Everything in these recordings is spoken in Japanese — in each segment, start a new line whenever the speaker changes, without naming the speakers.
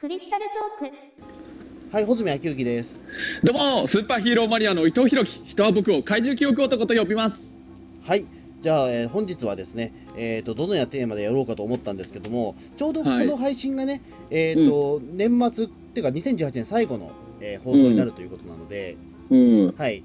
クリスタルトーク
はい、穂積昭之です。
どうもスーパーヒーローマリアの伊藤博樹人は僕を怪獣記憶男と呼びます
はい、じゃあ、えー本日はですね、えっ、と、どのようなテーマでやろうかと思ったんですけども、ちょうどこ
はい
の配信がね、えっ、と、年末っていうか2018年最後の、えー放送になるということなので、
うん
はい。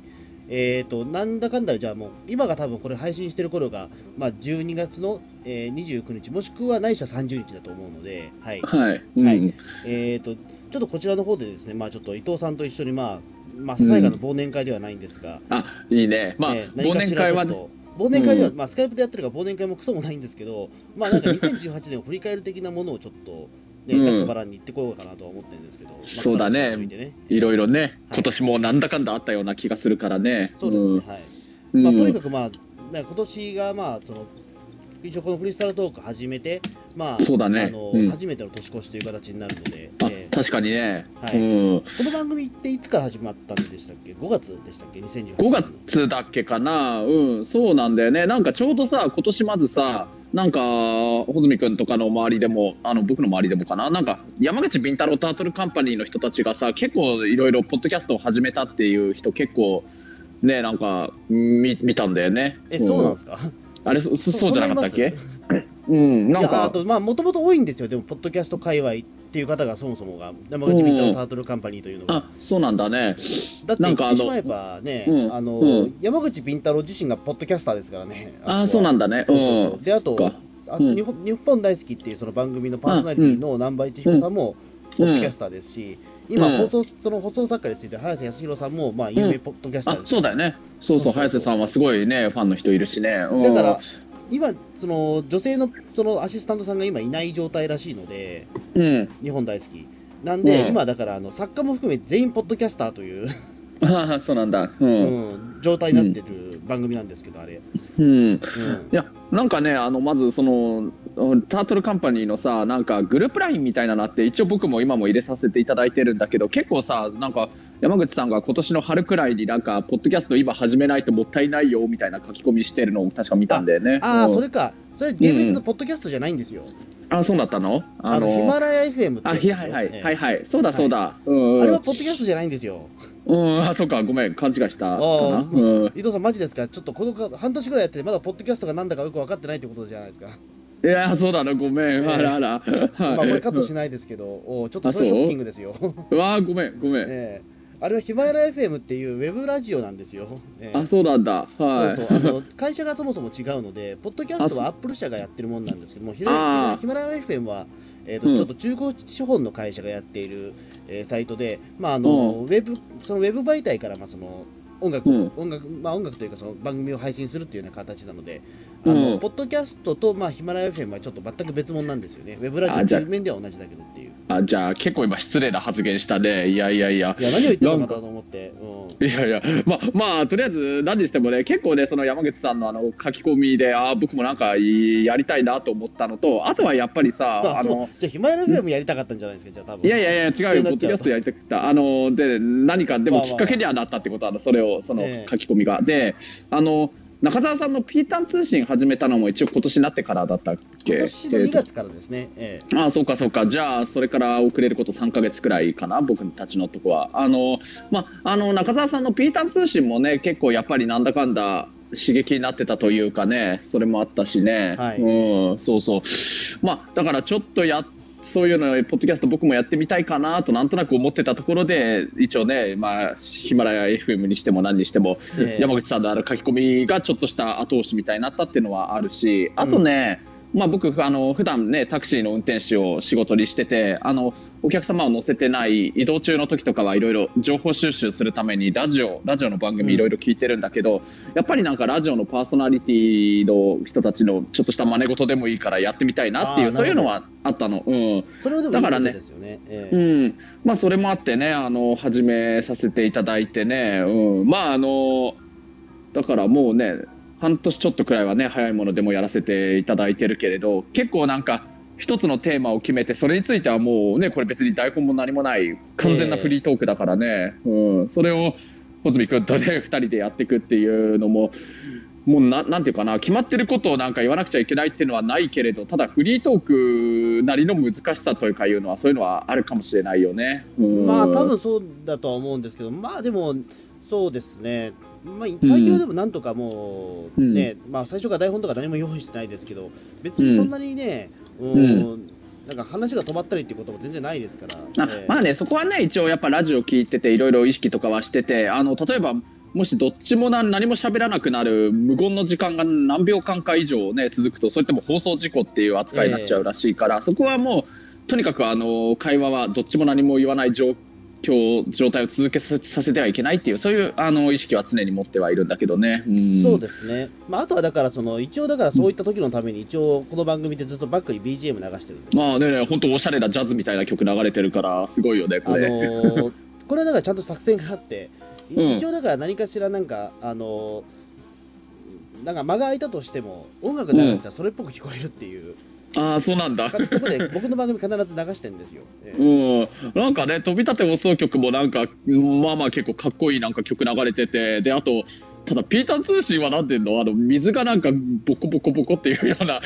えっ、と、なんだかんだで、じゃあもう、今が多分これ配信してる頃が、まあ、12月の、えー29日、もしくはないしは30日だと思うので、はい。
はい、
は
うん
いえー、とちょっとこちらの方でですね、まあ、ちょっと伊藤さんと一緒に、まあ、まあ、ささやかな忘年会ではないんですが、
あいいねまあ、
えー
忘年会は
ち
ね
ょっと忘年会では、
うん
まあ、スカイプでやってるから忘年会もクソもないんですけ ど、まあ、なんか2018年を振り返る的なものをちょっと、
う
ね、
ん
ざっくばらんに言ってこようかなとは思ってるんですけど、まあ
そうだね
二人の力を抜いてね
いろいろね
はい
今年もなんだかんだあったような気がするからね
そうですね、はい
うん
まあ、
うん
とにかく、まあ、なんか今年が、まあ、その一応このフリースタイルトーク始めて、まあ
そうだね
あの
うん
初めての年越しという形になるので、
あ
えー
確かにね、
はい
うん、
この番組っていつから始まったんでしたっけ ?5 月でしたっけ ?2018 年の。
5月だっけかなうんそうなんだよねなんかちょうどさ今年まずさなんか穂積君とかの周りでもあの僕の周りでもかななんか山口敏太郎タートルカンパニーの人たちがさ結構いろいろポッドキャストを始めたっていう人結構ねなんか見見たんだよね、
え、そうなんですすか
あれそそ
そう
じゃなかったっけうん
な
なんん
か。あ
か
と、まあ、もともと多いんですよ。でも、ポッドキャスト界隈っていう方がそもそもが、山口み太郎タートルカンパニーというのが。
あそうなんだね
だって
な
言っ
んかあ
て
の
しまえばね、
うん
あの、
うん
山口敏太郎自身がポッドキャスターですからね。
あそうなん
だ。
だね
そうそうそうう。で、あ
そ
と
っか、
あ
うん
日本日本大好きっていうその番組のパーソナリティの南波一彦さんも、ポッドキャスターですし、今、
う
放
ん
送、その放送作家について、早瀬康弘さんも、まあ、有名ポッドキャスター
あ
です
そうだよねそうそ
そうそ
う
うそう
早瀬さんはすごいねファンの人いるしねうん
だから今その女性のそのアシスタントさんが今いない状態らしいので
うん
日本大好きなんで、
うん
今だからあの作家も含め全員ポッドキャスターという、
ああそうなん だう、
うんん、状態になってる番組なんですけど、あれ、
うん、
う
い
ん
やなんかねあのまずそのタートルカンパニーのさなんかグループラインみたいなのあって一応僕も今も入れさせていただいてるんだけど結構さなんか山口さんが今年の春くらいになんかポッドキャスト今始めないともったいないよみたいな書き込みしてるのを確か見たんだよね
ああ
うん
それかそれ厳密のポッドキャストじゃないんですよ、
あそうだったのあ
あのヒ
の
マラヤ FM って
あ
やつ
ひ
ですよ
はいはい、
ええ
はいはいそうだそうだ、うんうん
あれはポッドキャストじゃないんですよ
うんあそうかごめん勘違いし
あ
たかな
ー
うん
伊藤さんマジですかちょっとこのか半年ぐらいやっててまだポッドキャストがなんだかよく分かってないってことじゃないですか
いやそうだなごめんあらあら、
まあこ
はい
れカットしないですけどおーちょっとそれショッキングですよ
うわーごめんごめん、
ええあれはヒマラヤ FM っていうウェブラジオなんですよ。ええ
あそうなんだはい
そうそうあの会社がそもそも違うので、ポッドキャストはアップル社がやってるもんなんですけども、ヒ
あ
マ
ー
ヒマラヤ FM は、えーと
うん
ちょっと中古資本の会社がやっている、えーサイトで、まああのウェブそのウェブ媒体からまあその音楽、
うん
音楽まあ音楽というかその番組を配信するっていうような形なので、あの
うん
ポッドキャストとまあヒマラヤ FM はちょっと全く別物なんですよね。ウェブラジ
あ
オと
じゃ
い
あ
う面では同じだけどっていう。
あじゃあ結構今失礼な発言したねいやいやいや
いや何を言ってたのかと思って。うん
いやいやまあまあとりあえず何にしてもね結構ねその山口さんのあの書き込みであー僕もなんかいいやりたいなと思ったのとあとはやっぱりさ
あ
あ
そう
の
じゃあヒマラヤ FM やりたかったんじゃないですかじゃあ多分
いやいやいや違うよポッドキャストやりたくてあので何かで
まあ
も
まあ
きっかけにはなったってことはそれをその
ええ
書き込みが、であの中澤さんのピータン通信始めたのも一応今年になってからだったっけ
今年の2月からですね、ええ
ああそうかそうかじゃあそれから遅れること3ヶ月くらいかな僕たちのとこはあのまああの中澤さんのピーターン通信もね結構やっぱりなんだかんだ刺激になってたというかねそれもあったしね、
はい
うんそうそうまあだからちょっとやそういうのをポッドキャスト僕もやってみたいかなとなんとなく思ってたところで一応ねまあヒマラヤ FM にしても何にしても
ええ
山口さんのあの書き込みがちょっとした後押しみたいになったっていうのはあるしあとね、まあ、僕あの普段ねタクシーの運転手を仕事にしててあのお客様を乗せてない移動中の時とかはいろいろ情報収集するためにラジオラジオの
う
番
ん
組いろいろ聞いてるんだけど、やっぱりなんかラジオのパーソナリティの人たちのちょっとした真似事でもいいからやってみたいなってい
あー
う
なるほど
そういうのはあったの。うん
それはでもいいことですよね。え
う
え
んまあ、それもあってねあの始めさせていただいてね、うん、まああのだからもうね半年ちょっとくらいはね早いものでもやらせていただいてるけれど結構なんか一つのテーマを決めてそれについてはもうねこれ別に台本も何もない完全なフリートークだからね、うん、それを穂積君とね2人でやっていくっていうのももうななんていうかな決まってることをなんか言わなくちゃいけないっていうのはないけれどただフリートークなりの難しさというかいうのはそういうのはあるかもしれないよね。うん
まあ多分そうだとは思うんですけど、まあでも、そうですね、まあ、最近はでもなんとかもう、
うん
ね、まあ最初から台本とか何も用意してないですけど、別にそんなにね、うんなんか話が止まったりっていうことも全然ないですから、
あ
ええ
まあねそこはね一応やっぱラジオ聞いてていろいろ意識とかはしててあの例えばもしどっちもな何も喋らなくなる無言の時間が何秒間か以上ね続くとそれってもう放送事故っていう扱いになっちゃうらしいから、そこはもうとにかくあの会話はどっちも何も言わない状況状態を続けささせてはいけないっていうそういうあの意識は常に持ってはいるんだけどね。ん
そうですね、まあ、あとはだからその、一応だからそういった時のために、一応この番組でずっとバックに BGM 流してるんですよ
まあねね本当おしゃれなジャズみたいな曲流れてるからすごいよね
あ
こ
の
れ。
ー これはだからちゃんと作戦があって、い
うん
一応だから何かしらなんか、あのーなんか間が空いたとしても、音楽流したらそれっぽく聞こえるっていう、
ああそうなんだ
か。とこで僕の番組必ず流してるんですよ。ええ
うん、なんかね、飛び立て放送局もなんか、まあまあ結構かっこいいなんか曲流れてて、で、あと、ただ、ピーター通信はなんていうのあの、水がなんか、ボコボコボコっていうような、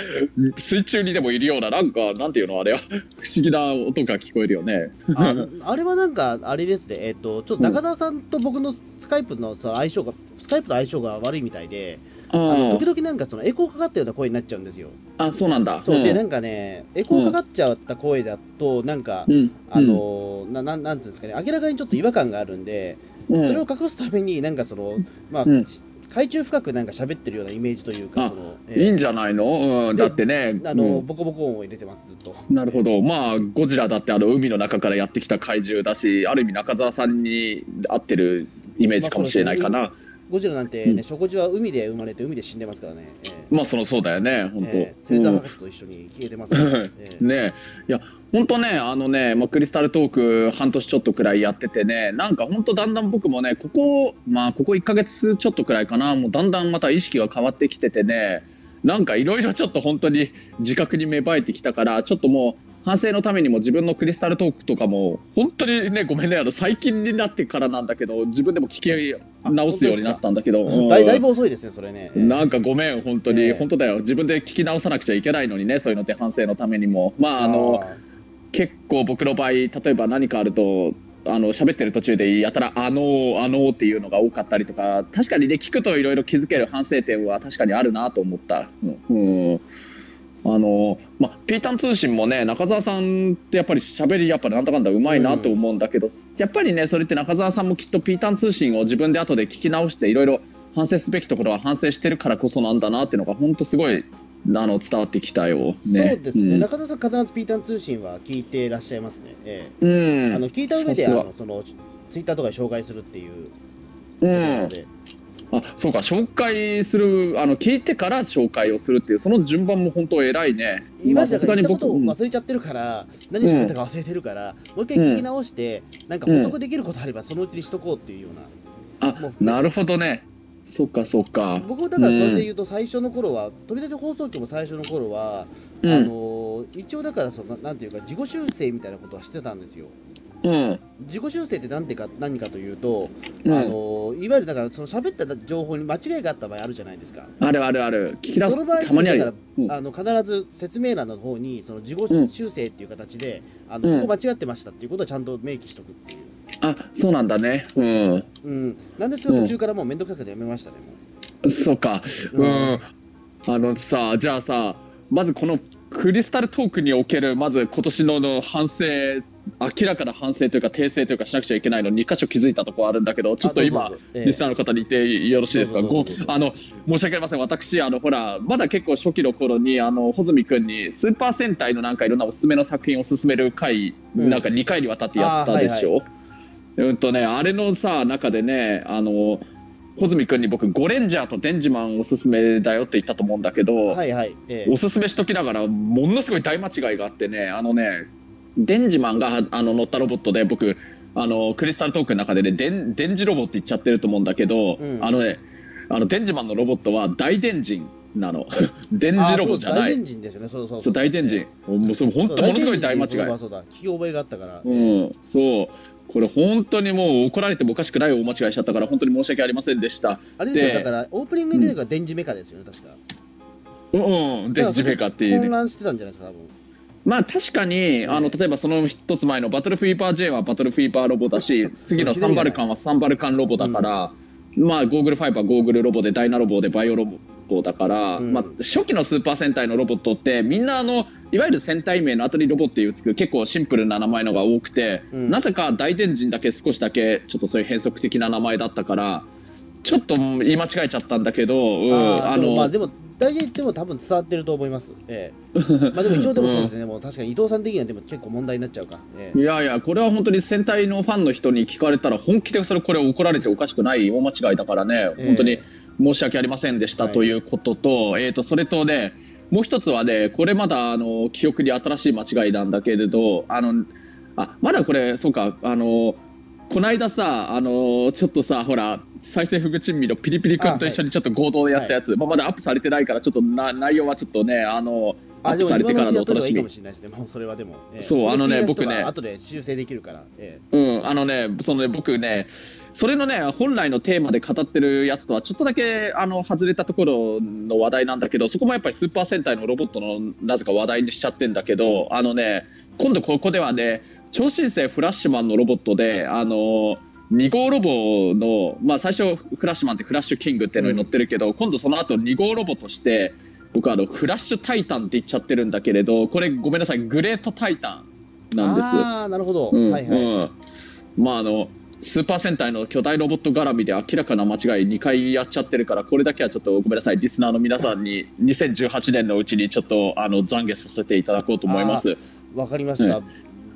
水中にでもいるような、なんか、なんていうのあれは、不思議な音が聞こえるよね。
あのあれはなんか、あれですね、えっと、ちょっと中田さんと僕のスカイプのその相性が、スカイプと相性が悪いみたいで、
あ
あの
ー
時々なんかそのエコーかかったような声になっちゃうんですよ。
あ、そうなんだ。
そうで、
ん
なんかね、エコーかかっちゃった声だと、なんか、
うん、
あのななんなんていうんですかね、明らかにちょっと違和感があるんで、
うん、
それを隠すために、なんかその、まあ、
うん
し海中深くなんか喋ってるようなイメージというか、
あ
その、え
いい
ー
んじゃないの、うん、
で
だってね。
あの、
うん
ボコボコ音を入れてます、ずっと。
なるほど、まあ、ゴジラだってあの海の中からやってきた怪獣だし、ある意味、中澤さんに合ってるイメージかもしれないかな、
ゴジラなんて、ね
うん
食事は海で生まれて海で死んでますからね。えー
まあ、そのそうだよね、本当。
えー、セレザー
うん
博士と一緒に消えてますから、ねえー
ねいや本当ね、あのね、まあ、クリスタルトーク半年ちょっとくらいやっててね、なんか本当だんだん僕もね、ここ、まあここ1ヶ月ちょっとくらいかな、もうだんだんまた意識が変わってきててね、なんかいろいろちょっと本当に 自覚に芽生えてきたから、ちょっともう反省のためにも自分のクリスタルトークとかも、本当にね、ごめんね、あの最近になってからなんだけど、自分でも聞き直すようになったんだけど。 うん
だいだいぶ遅いですね、それね。えー
なんかごめん、本当に、
ええ
本当だよ、自分で聞き直さなくちゃいけないのにね、そういうのって反省のためにも、まあ、あの
ー
結構僕の場合、例えば何かあると、あの喋ってる途中でやたら、あのー、あのーっていうのが多かったりとか、確かにね、聞くといろいろ気づける反省点は確かにあるなと思った。うんうんあのーまあ、ピータン通信もね中澤さんってやっぱり喋りやっぱりなんだかんだうまいなと思うんだけど、やっぱりねそれって中澤さんもきっとピータン通信を自分で後で聞き直していろいろ反省すべきところは反省してるからこそなんだなっていうのが本当すごいあの伝わってきたよね。
そうですね、
ん
中田さん、必ずピータン通信は聞いてらっしゃいますね。え
うん
ーあの聞いた上で
さ
あ
すが
のその、ツイッターとかで紹介するっていう
う
ところなの
ん
で、
あそうか紹介するあの聞いてから紹介をするっていうその順番も本当偉いね
今ま
ま
で
あ
だから言ったことを
うん
忘れちゃってるから、何喋ったか忘れてるから、もう一回聞き直して、なんか補足できることあれば、そのうちにしとこうっていうような、もう
あ
含めて
なるほどねそうかそうか
僕だからそれで言うと、最初の頃は、飛び立て放送局も最初の頃は、
うん
あのー一応だからその、なんていうか、自己修正みたいなことはしてたんですよ。
うん
自己修正って何てか何かというと、
うん
あのーいわゆるだからその喋った情報に間違いがあった場合あるじゃないですか。
あるあるある聞き出
その
す
場合
たまにあるよ
だか
うん
あの必ず説明欄の方にその自己修正っていう形で、あ
うん
のここ間違ってましたっていうことをちゃんと明記しとくっていう。
あそうなんだねうん
うん、なんですけど途中からもう面倒くさくてやめましたね。も
そうか
う
うんん、あのさじゃあさまずこのクリスタルトークにおけるまず今年のの反省明らかな反省というか訂正というかしなくちゃいけないの2箇所気づいたとこあるんだけどちょっと今
あどうぞどうぞええ
リスナーの方に言ってよろしいですか、
どうぞど
ご
うぞどうぞ
あの申し訳ありません、私、あのほらまだ結構初期の頃にあの穂積君にスーパー戦隊のなんかいろんなおすすめの作品を勧める回、
うん
なんか2回にわたってやったでしょ。うんとね、あれのさ中でねあの穂積君に僕ゴレンジャーとデンジマンおすすめだよって言ったと思うんだけど、
うはいはい。ええ
おすすめしときながらものすごい大間違いがあってねあのねデンジマンがあの乗ったロボットで僕あのクリスタルトークの中でねデンデンジロボって言っちゃってると思うんだけど、
うん
あのねあのデンジマンのロボットは大電人なの 電
あそ
磁
う
ロボじゃな
大
い
電人ですよね。そうそう
そう大電人もうそれ本当ものすごい大間違
そう大電人ってう言葉
い
はそうだ聞き覚えがあったから。
うんそうこれ本当にもう怒られてもおかしくない大間違いしちゃったから本当に申し訳ありませんでした
あれですよ
で
だからオープニングでが電磁メカですよね確か
うんうんでジメカっていう
混
ね
乱してたんじゃないですか多分
まあ確かにあの例えばその一つ前のバトルフィーパー J はバトルフィーパーロボだし次のサンバルカンはサンバルカンロボだから、まあゴーグルファイバーゴーグルロボでダイナロボでバイオロボだから、
うん
まあ、初期のスーパー戦隊のロボットってみんなあのいわゆる戦隊名の後にロボっていうつく結構シンプルな名前のが多くて、
うん
なぜか大天神だけ少しだけちょっとそういう変則的な名前だったからちょっと言い間違えちゃったんだけど、うん
ああ
あ
でも
の
まあでも大体言っても多分伝わってると思いますえ えまあでも一応でもそうですね、もう確かに伊藤さん的にはでも結構問題になっちゃうかええ
いやいや、これは本当に戦隊のファンの人に聞かれたら、本気でそれ、これ怒られておかしくない大間違いだからね、
ええ
本当に申し訳ありませんでした
はい
ということと、えー、とそれとね、もう一つはね、これまだあの記憶に新しい間違いなんだけれど、あのあまだこれ、そうか、あのこないださ、あのちょっとさ、ほら、再生福珍味のピリピリ君と一緒にちょっと合同でやったやつ、まあ、まだアップされてないから、ちょっとな内容はちょっとね、あのア
あ
ッ
でも
プされ
今
て
の
か
うち
らの
や
お
っといた方
楽
がい
し
いか
み
も。しれないですねもうそれはでも、ええ
そうあのね
これ
僕ね
後で修正できるからえ
うん、あのね、そのね、僕ね、それのね、本来のテーマで語ってるやつとは、ちょっとだけ、あの、外れたところの話題なんだけど、そこもやっぱりスーパー戦隊のロボットの、なぜか話題にしちゃってんだけど、あのね、今度ここではね、超新星フラッシュマンのロボットで、あの、2号ロボの、まあ最初、フラッシュマンってフラッシュキングってのに乗ってるけど、今度その後2号ロボとして、僕はあの、フラッシュタイタンって言っちゃってるんだけれど、これごめんなさい、グレートタイタン
え
なんです。
ああなるほど、
うん
はいはい、
うんまああのスーパー戦隊の巨大ロボット絡みで明らかな間違い2回やっちゃってるからこれだけはちょっとごめんなさいリスナーの皆さんに2018年のうちにちょっとあの懺悔させていただこうと思います
わかりました、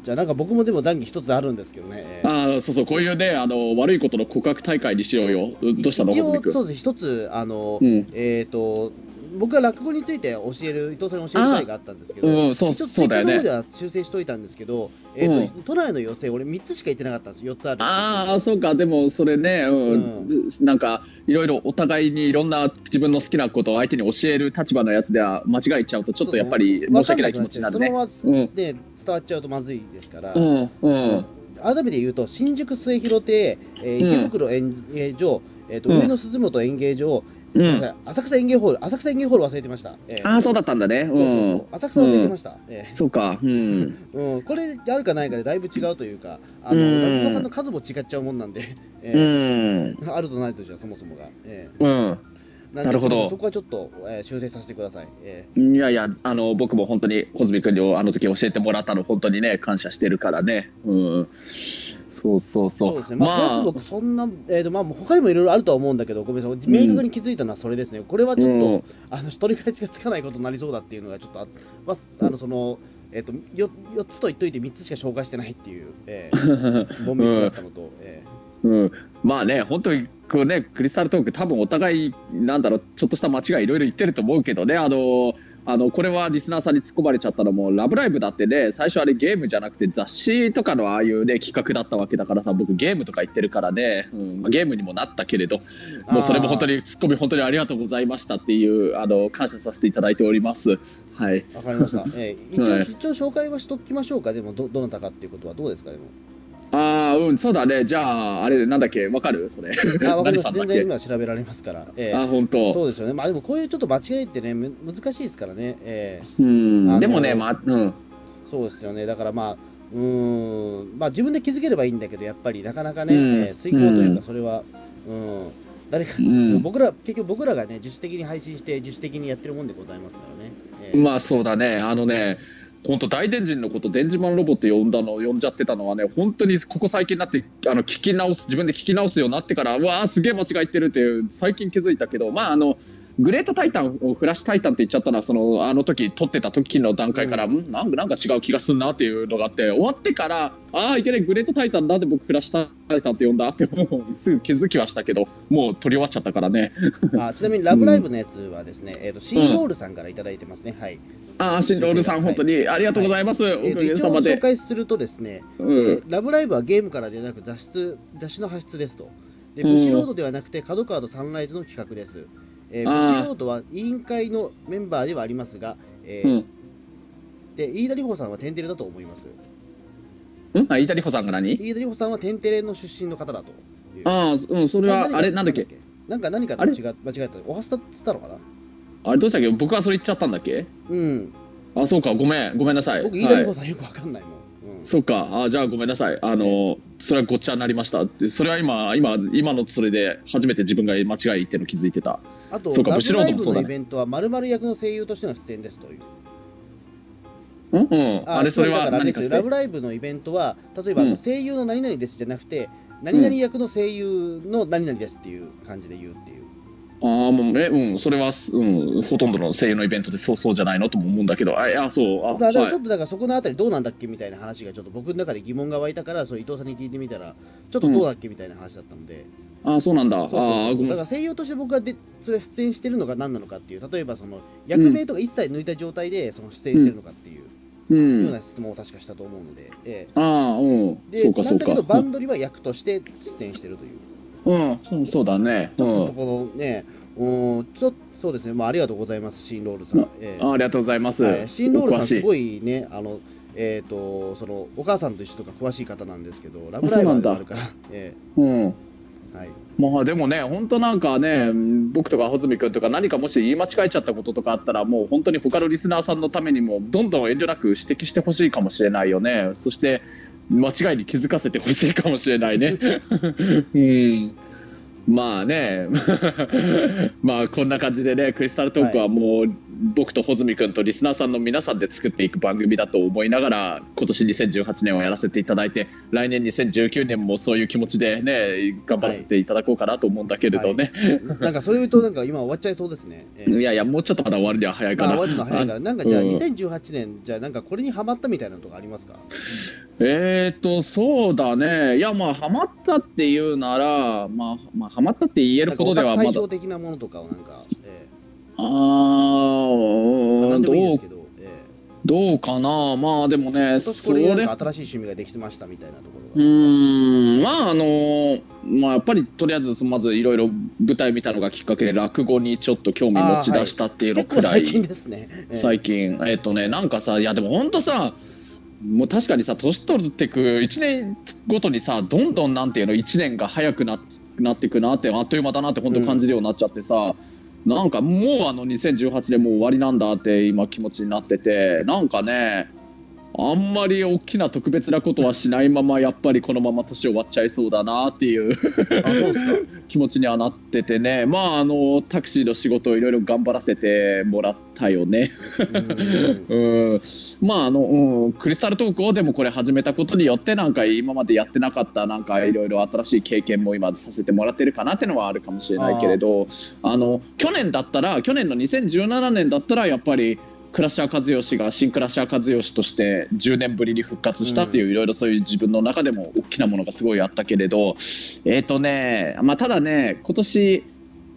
じゃあなんか僕もでも談義一つあるんですけどね、ええ
あーそうそうこういうねあの悪いことの告白大会にしようようどうしたの
一
ホズミ
応
君
そうです一つあの、
うん
えっ、と僕が落語について教える伊藤さんに教える会があったんですけど、
うん、そう
一応
そうだよ
の方で
ね
は修正しといたんですけど、えーと都内の予選俺3つしか行ってなかったんです4つある
ああそうかでもそれね、うんなんかいろいろお互いにいろんな自分の好きなことを相手に教える立場のやつでは間違えちゃうとちょっとやっぱり申し訳ない気持ちになるね
わかんくっちゃうそのまま、ね、伝わっちゃうとまずいですから、
うんうん
改めて言うと新宿末広亭、えー
うん
池袋演芸場、えーと
うん
上野鈴本演芸場、
う
すいま
ん
せん浅草演芸ホール浅草演芸ホール忘れてました、えー
ああそうだったんだね
そうそうそう浅草忘れてました、えー
そうかうん
うん、これあるかないかでだいぶ違うというか、あの
うん
落語さんの数も違っちゃうもんなんで、
う
え
ん
ーあるとないとじゃそもそもが、え
うん
ーなんで
なるほど
すいませんそこはちょっと、えー修正させてください、え
いやいやあの僕も本当に小泉君にあの時教えてもらったの本当にね感謝してるからねうんそうそう
ー
そう
そうですね、まあ、とりあえず僕、そんな、えーとまあ、もう他にもいろいろあるとは思うんだけど、ごめんなさい、明確に気づいたのはそれですね、これはちょっと、
うん
あの取り返しがつかないことになりそうだっていうのが、ちょっとあ、まあ、あのその、えーとよ4つと言っといて、3つしか紹介してないっていう、え ー、ボンミスだったのと、え
うん、まあね、本当にこう、ね、クリスタルトーク、多分お互い、なんだろう、ちょっとした間違い、いろいろ言ってると思うけどね、あのあのこれはリスナーさんに突っ込まれちゃったのも、ラブライブだってね、最初あれゲームじゃなくて、雑誌とかのああいう、ね、企画だったわけだからさ、僕、ゲームとか言ってるからね、うんまあ、ゲームにもなったけれど、
ー
もうそれも本当に、突っ込み、本当にありがとうございましたっていう、あの感謝させていただいております。はい、
わかりま した、えー一
は
応、
い
一応紹介はしときましょうか、でもど、どなたかっていうことはどうですか、でも。
ああ、うん、そうだね、じゃあ、あれ、なんだっけ、わかるそれ。
あ、わかりま
何さ
す。
んだ
全
っけ
然今調べられますから。ええ
あ、本当。
そうですよね。まあでもこういうちょっと間違いってね、む難しいですからね。ええ
うん、
あ
でもね、
の
まあ、うん。
そうですよね。だからまあ、うーん、まあ自分で気づければいいんだけど、やっぱりなかなかね、
うん
ええ遂行という
うん
か、それは、うん、誰か、
うん
僕ら、結局僕らがね、自主的に配信して、自主的にやってるもんでございますからね。ええ
まあそうだね、あのね、本当、大電人のこと、電磁マンロボって呼んだの、呼んじゃってたのはね、本当にここ最近になって、あの聞き直す、自分で聞き直すようになってから、うわー、すげえ間違えてるっていう、最近気づいたけど、まあ、あの、グレートタイタンをフラッシュタイタンって言っちゃったのは、その、あの時、撮ってた時の段階から、うん、なんかなんか違う気がすんなっていうのがあって、終わってから、ああ、いけない、グレートタイタンだって僕、フラッシュタイタンって呼んだって、もうすぐ気づきはしたけど、もう撮り終わっちゃったからね。
あちなみに、ラブライブのやつはですね、えっ、と、シーロールさんからいただいてますね。はい。
ああ、シンドールさん、本当にありがとうございます。
えっ
おか
と
げ
一応
さま
紹
で。
介するとですね、
うん
えーラブライブはゲームからではなく脱出雑誌の発出ですとで
う
ブ
ん
シロードではなくて角川とサンライズの企画です、えー
あー
ブシロードは委員会のメンバーではありますが、え
う
ー
ん
で飯田里穂さんは天てれだと思います
うんあ、イタリホさんが何
飯田里穂さんは天てれの出身の方だという
ああ、うん、それは、あれ、なんだっけ
なんか何かと
あれ
違う間違えたおはスタっつったのかな
あれどうしたっけ僕はそれ言っちゃったんだっけ
うん
あ、そうか、ごめん、ごめんなさい。
僕飯田里
はい
穂さんよくわかんないもん、うん
そうか、あじゃあごめんなさい。あの、それはごっちゃになりましたって、それは今、今、今のそれで初めて自分が間違い言ってるの気づいてた。
あと
そうか
ラ
ブ
ブ
素人も
ライブ
そうだ
の
ね
イベントは〇〇役の声優としての出演ですという
うんうん。あれ、それ
つ
は
まりだ
何から
あれですよ
し
ラ
て
ブライブのイベントは例えばあ
うん
の声優の何々ですじゃなくて、何々役の声優の何々ですっていう感じで言うっていう
ああ、もう、え、うん、それは、うん、ほとんどの声優のイベントでそうそうじゃないのとも思うんだけど、あ、いや、そう、あ、
だからだからち
は
ょっとだからそこのあたりどうなんだっけみたいな話がちょっと僕の中で疑問が湧いたからそう伊藤さんに聞いてみたらちょっとどうだっけみたいな話だったので、
い、あ、そうなんだ。
そうそう
あ
そ
あ、
う
ごめん
だから声優として僕がでそれ出演してるのが何なのかっていう例えばその役名とか一切抜いた状態でその出演してるのかっていうよ
う。
うんな質問を確かしたと思うので、え
ああ、うん。
え
そ
で
うか、
な
そ
ん
う
だけど
か
バ。ンドリは役として出演してるという。
うん、そうそうだね。
ち
う
ょっとそ
ん。
このね、うん、ちょっとそうですね、まあ、ありがとうございます、シンロールさん。
あ
ええ
あありがとうございます。
はいシンロールさん、す
い。
ごいね、あの、えっ、と、その、お母さんと一緒とか詳しい方なんですけど、ラブライバーでもあるから、 え
うん。
えはい、
まあでもね、本当なんかね、僕とか穂積君とか、何かもし言い間違えちゃったこととかあったら、もう本当に他のリスナーさんのためにも、どんどん遠慮なく指摘してほしいかもしれないよね、そして間違いに気づかせてほしいかもしれな いね。うんまあね、 まあこんな感じでね、クリスタルトークはもう、僕と穂積君とリスナーさんの皆さんで作っていく番組だと思いながら、今年2018年をやらせていただいて、来年2019年もそういう気持ちでね、頑張らせていただこうかなと思うんだけれどね、
なんかそれ言うと、なんか今終わっちゃいそうです ね。ええ
い、やいや、もうちょっとまだ終わるには早い
ま
か
あ、
な。
終わるの早いから、なんかじゃあ、
うん
2018年、じゃあ、なんかこれにハマったみたいなのとかありますか
えー、とそうだね、いや、まあ、ハマったっていうなら、まあ、まあ、ハマったって言え
な
る
んか
こ
オ
と
タ
で
ク
はま
対
だ、
象的なものとかをなんか、え
あー
え
う
なんんでもいい
ど
で
う
すけど、ええ
どうかな、まあでもね、
今年これ、な
そ
んか新しい趣味ができてましたみたいなとこ
う
ろが。
ーんまああのまあやっぱりとりあえずまずいろいろ舞台見たのがきっかけで落語にちょっと興味持ち出したっていうの
結
く
構
らい
最近ですね。ええ
最近えっ、とねなんかさいやでもほんとさもう確かにさ年取ってく1年ごとにさどんどんなんていうの1年が早くななってくなってあっという間だなって本当感じるようになっちゃってさ、なんかもうあの2018年もう終わりなんだって今気持ちになっててなんかねあんまり大きな特別なことはしないままやっぱりこのまま年終わっちゃいそうだなってい
あ、
う
そうですか。
気持ちにはなっててね、まあ、あのタクシーの仕事をいろいろ頑張らせてもらったよね、
うん
うんまああのうん、クリスタルトークをでもこれ始めたことによって、なんか今までやってなかった、なんかいろいろ新しい経験も今、させてもらってるかなっていうのはあるかもしれないけれど、あの去年だったら、去年の2017年だったら、やっぱり。クラッシャー和義が新クラッシャー和義として10年ぶりに復活したっていういろいろそういう自分の中でも大きなものがすごいあったけれどえっ、とねまあただね今年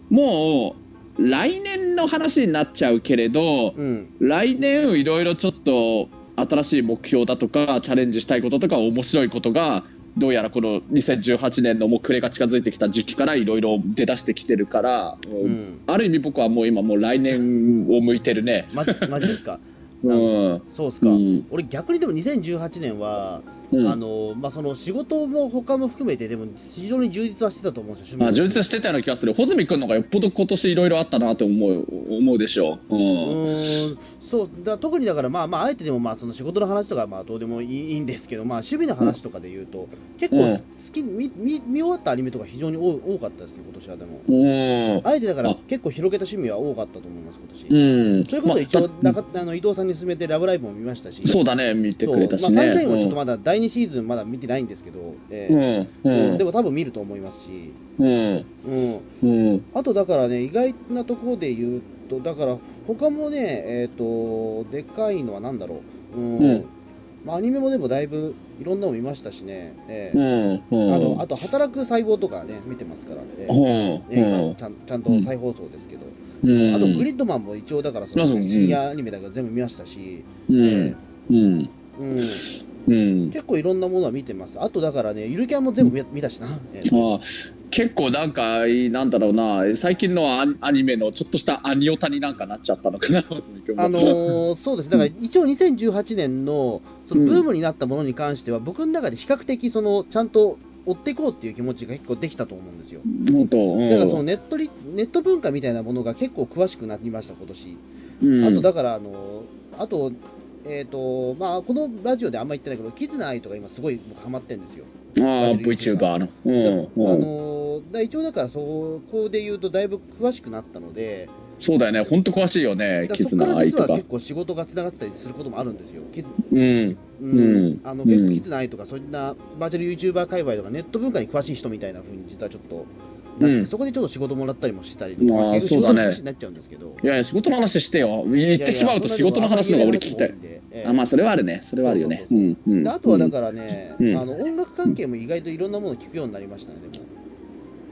もう来年の話になっちゃうけれど
うん、
来年いろいろちょっと新しい目標だとかチャレンジしたいこととか面白いことがどうやらこの2018年のもう暮れが近づいてきた時期からいろいろ出だしてきてるから、
うん、
ある意味僕はもう今もう来年を向いてるね。
マジマジですか、
うん
そうです
う
か、
ん
俺、逆にでも2018年は、
うん
あのまあ、その仕事も他も含めて、でも非常に充実はしてたと思うんですよ、
まあ、
趣
充
味
実してたような気がする穂積君の方がよっぽど今年いろいろあったなと思う思うでしょう、うん
うーんそうだ特にだから、まあまあ、あえてでもまあその仕事の話とかはまあどうでもいいいいんですけど、まあ、趣味の話とかで言うと、結構
うん
好き、見見見終わったアニメとか非常に多多かったですね、今年はでも。
うん
あえてだから
あ
結構広げた趣味は多かったと思います、今年。
うん、
それこそ一応、
まあ
中あの伊藤さんに勧めて「ラブライブ!」も見ましたし、
そうだね見てくれたしね
そうまあ、サンシャインはちょっとまだ第2シーズンまだ見てないんですけど、え
う
ー
んうん
でも多分見ると思いますし、
うん
うん、
うん
あとだからね意外なところで言うとだから他もねえっ、とでかいのは何だろう、うん
うん
まあ、アニメもでもだいぶいろんなの見ましたしね、え
う
ー
んうん
あのあと働く細胞とかね見てますから、えー
うん
映画
うん
ちゃんちゃんと再放送ですけど、
うん
あとグリッドマンも一応だからその
あそううん
深夜アニメだから全部見ましたし、
う
え
ん
ー
うん
うん
うん
結構いろんなものは見てます。あとだからね、ゆるキャンも全部見見たしな。えー
ああ結構なんかなんだろうな最近のアアニメのちょっとしたアニオタになんかなっちゃったのかな穂積君も
あのーそうですね、だから一応2018年のその
うん
ブームになったものに関しては、僕の中で比較的そのちゃんと追っていこうっていう気持ちが結構できたと思うんですよ。
本当うん
だからそのネットリネット文化みたいなものが結構詳しくなりました、今年。
うん
あとだから、あのーあと、えっ、と、まあ、このラジオであんま言ってないけど、キズナアイとか今すごい僕ハマってるんですよ。
ああ VTuber のう
だあ
ん、うん
のーだ一応だからそこで言うとだいぶ詳しくなったので、
そうだよね本当詳しいよね
だからそこか
絆
ら
愛
実
と
は
か
結構仕事がつながってたりすることもあるんですよ。キズ
うん
うん
うん
あの
うん
結構キズナアイとかそんなバーチャル YouTuber 界隈とかネット文化に詳しい人みたいな風に実はちょっとなって、
うん
そこでちょっと仕事もらったりもしてたりとか、
あー
結局仕
そう
事
だ
の
ね
話になっちゃうんですけど。
いやいや仕事の話してよ言ってしまうと仕事の話の方が俺聞きたいあまあ
あ、
それはあるねそれはあるよね
そううん
うん
であとはだからね、
うん
あの音楽関係も意外といろんなもの聞くようになりましたね、でも。
うん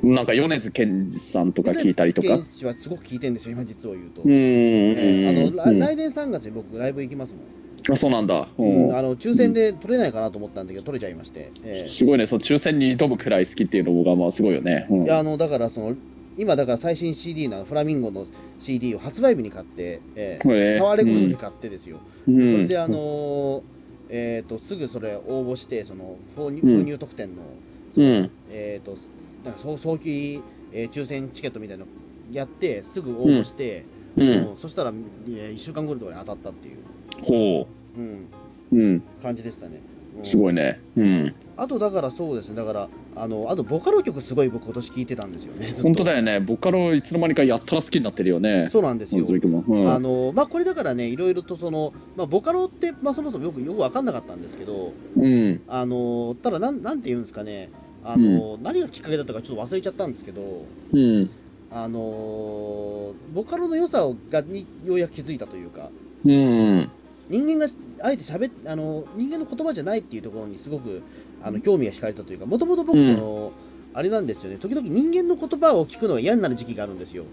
なんか米津玄師さんとか聞いたりとか
米津玄師はすごく聞いてるんですよ、今実を言うと。
うん
えーあの
うん
来来年3月に僕、ライブ行きますもん、
あそうなんだうん
あの抽選で取れないかなと思ったんだけど、取れちゃいまして、えー
すごいね、その抽選に挑むくらい好きっていうのがまあすごいよね。うん
いやあのだからその、今、だから最新 CD のフラミンゴの CD を発売日に買って、えー
これ
タワーレコードで買ってですよ、
うん
それで、あのーえー、とすぐそれ応募して、その購入
うん
購入特典の、
うん、
えー、となんか早早期、えー抽選チケットみたいなのやって、すぐ応募して、
うん、
うんそしたら、え1週間後とかに当たったっていう。
ほ
うん
う、うん、
感じでしたね、うん
すごいね。うん、
あとだからそうですねだからあのあとボカロ曲すごい僕今年聞いてたんですよねずっと
本当だよね、ボカロいつの間にかやったら好きになってるよね。
そうなんですよ
本当にもうん
あのまあこれだからねいろいろとその、まあ、ボカロって、まあ、そもそもよくよく分かんなかったんですけど
うん、
あのただなんなんて言うんですかねあの、何がきっかけだったかちょっと忘れちゃったんですけど
うん、
あのボカロの良さをがにようやく気づいたというか
うん、
人間があえて喋っあの人間の言葉じゃないっていうところにすごくあの興味が惹かれたというかもともと僕
うん
その、あれなんですよね時々人間の言葉を聞くのが嫌になる時期があるんですよ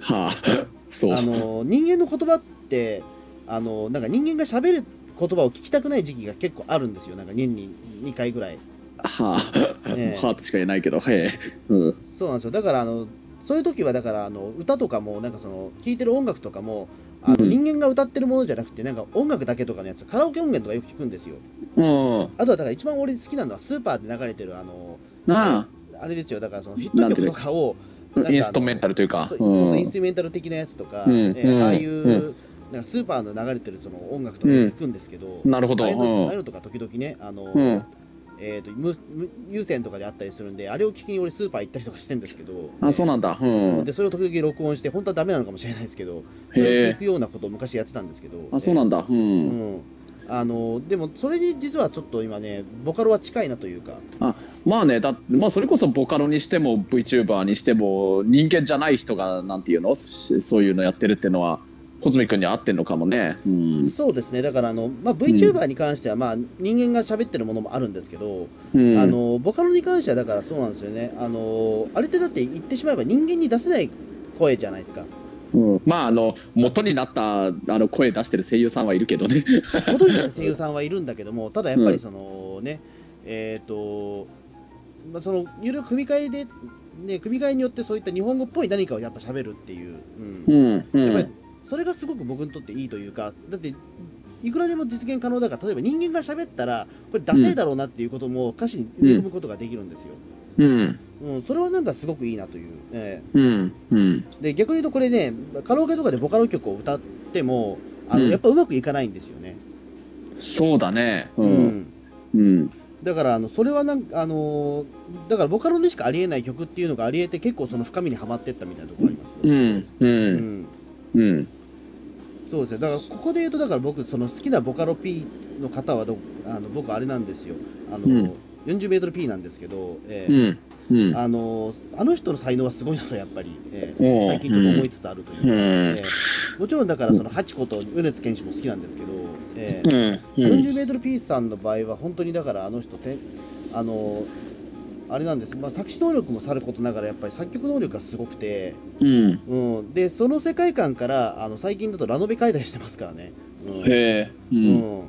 はあ、そう。
あの人間の言葉ってあのなんか人間が喋る言葉を聞きたくない時期が結構あるんですよなんか年に2回ぐらい、
はあ、
ええ
はあとしか言えないけど、はい、うん、
そうなんですよだからあのそういう時はだからあの歌とかもなんかその聴いてる音楽とかもあ
う
の
ん
人間が歌ってるものじゃなくてなんか音楽だけとかのやつカラオケ音源とかよく聞くんですよ
うん、
あとはだから一番俺好きなのはスーパーで流れてるあの
な
あれですよだからそのヒット曲とかをなんか
あ、
あの
インストメンタルというか
そう、そうそうインス
う
トゥルメンタル的なやつとか、
うん
えー
うん
ああいう、
う
なんかスーパーの流れてるその音楽とかよく聞くんですけど、
ん、なるほど、
ああいうのああいう
う
のとか時々ねあの、
ん、うん、
えー、と無無有線とかであったりするんであれを聞きに俺スーパー行ったりとかしてんですけど
あ、そうなんだ、うん
で、それを時々録音して本当はダメなのかもしれないですけどそれを
へ
聞くようなことを昔やってたんですけど
あ、そうなんんだ、うん
う。んあのでもそれに実はちょっと今ねボカロは近いなというか
まあねだまあ、それこそボカロにしても VTuber にしても人間じゃない人がなんていうのしそういうのやってるっていうのは穂積君には合ってんのかもね。うん
そうですね、だからあの、まあ、VTuber に関しては、まあ、人間が喋ってるものもあるんですけど、
うん、
あのボカロに関してはだからそうなんですよねあの、あれってだって言ってしまえば人間に出せない声じゃないですか、
うんまああの元になったあの声出してる声優さんはいるけどね。
元になった声優さんはいるんだけども、ただやっぱ
うん
りそのね、えっ、と、まあ、そのいろいろ組み替えで、ね、組み替えによってそういった日本語っぽい何かをやっぱ喋るっていう、うん
うんう
やっぱ
ん
りそれがすごく僕にとっていいというか、だって、いくらでも実現可能だから、例えば人間が喋ったら、これ、ダセえだろうなっていうことも歌詞に組み込むことができるんですよ。
うん
うん、それはなんかすごくいいなという、え
うんうん
えで逆に言うと、これね、カラオケとかでボカロ曲を歌っても、あの
うん
やっぱうまくいかないんですよね。
そうだね。う
うんん
うん
だからあの、それはなんか、あのーだからボカロにしかありえない曲っていうのがありえて、結構その深みにはまってったみたいなところありますね。
うんう
うんん
うん
そうですね、だからここで言うと、だから僕、その好きなボカロ P の方はど、あの僕、あれなんですよ、あの
うん
40メートル P なんですけど、え
う
え
んうん
あのあの人の才能はすごいなと、やっぱり、ええ
おう
最近ちょっと思いつつあるというか、
うん
ええもちろんだから、そのハチコと米津玄師も好きなんですけど、ええ
うんうん
40メートル P さんの場合は、本当にだから、あの人て、あのあれなんです、まあ、作詞能力もさることながら、やっぱり作曲能力がすごくて。
うん
うん、でその世界観からあの最近だとラノベ解体してますからね、うん
へえう
うん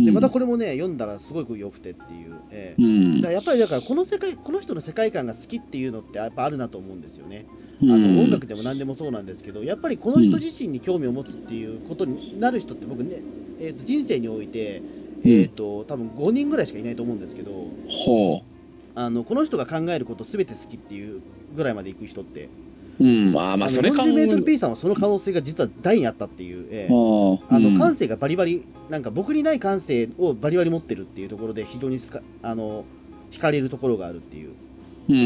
んでまたこれもね読んだらすごく良くてっていう、え
う
え
ん
だからやっぱりだからこの世界この人の世界観が好きっていうのってやっぱあるなと思うんですよね、
うん
あの音楽でも何でもそうなんですけどやっぱりこの人自身に興味を持つっていうことになる人って僕ね、えー、と人生において、えー、と多分5人ぐらいしかいないと思うんですけど
ほ
あのこの人が考えること全て好きっていうぐらいまで行く人って、
ううんあーまあ
あ
それ
の
考
40m P さんはその可能性が実は大にあったっていう、ええあの感性がバリバリ、なんか僕にない感性をバリバリ持ってるっていうところで、非常にすかあの惹かれるところがあるっていう、
うん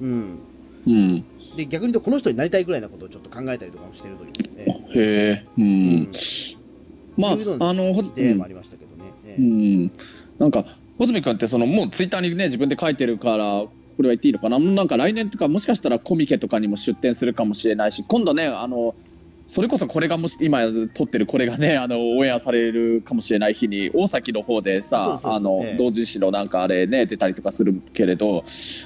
うん、
うん
で逆に言うと、この人になりたいぐらいなことをちょっと考えたりとかもしてるという、え
へえう
え
んまあ
そういうの
あのほ
うん、でもありましたけどね、え
う
え
んなんか穂積君ってそのもうツイッターにね自分で書いてるからこれは言っていいのかななんか来年とかもしかしたらコミケとかにも出展するかもしれないし今度ねあのそれこそこれがもし今撮ってるこれがねあのオンエアされるかもしれない日に大崎の方で
そう
さ
そうそう
あの
ええ
同人誌のなんかあれね出たりとかするけれど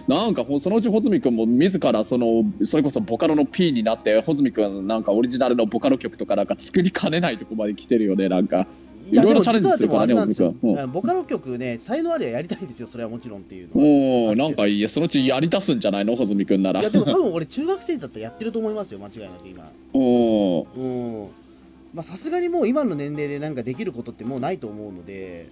なんかほんそのうち穂積君も自らそのそれこそボカロの P になって穂積君なんかオリジナルのボカロ曲とかなんか作りかねないとこまで来てるよねなんか。
いや
いろ
で
いろ
も
チャレンジするからね
実はでもあれなんですよ
僕はうん
あのボカロ曲ね、才能ありゃやりたいですよ、それはもちろんっていうのは。
おおなんかいいやそのうちやり出すんじゃないの穂積君ないら
やでも多分俺、中学生だったらやってると思いますよ、間違いなく今。
おお
うんまあさすがにもう今の年齢でなんかできることってもうないと思うので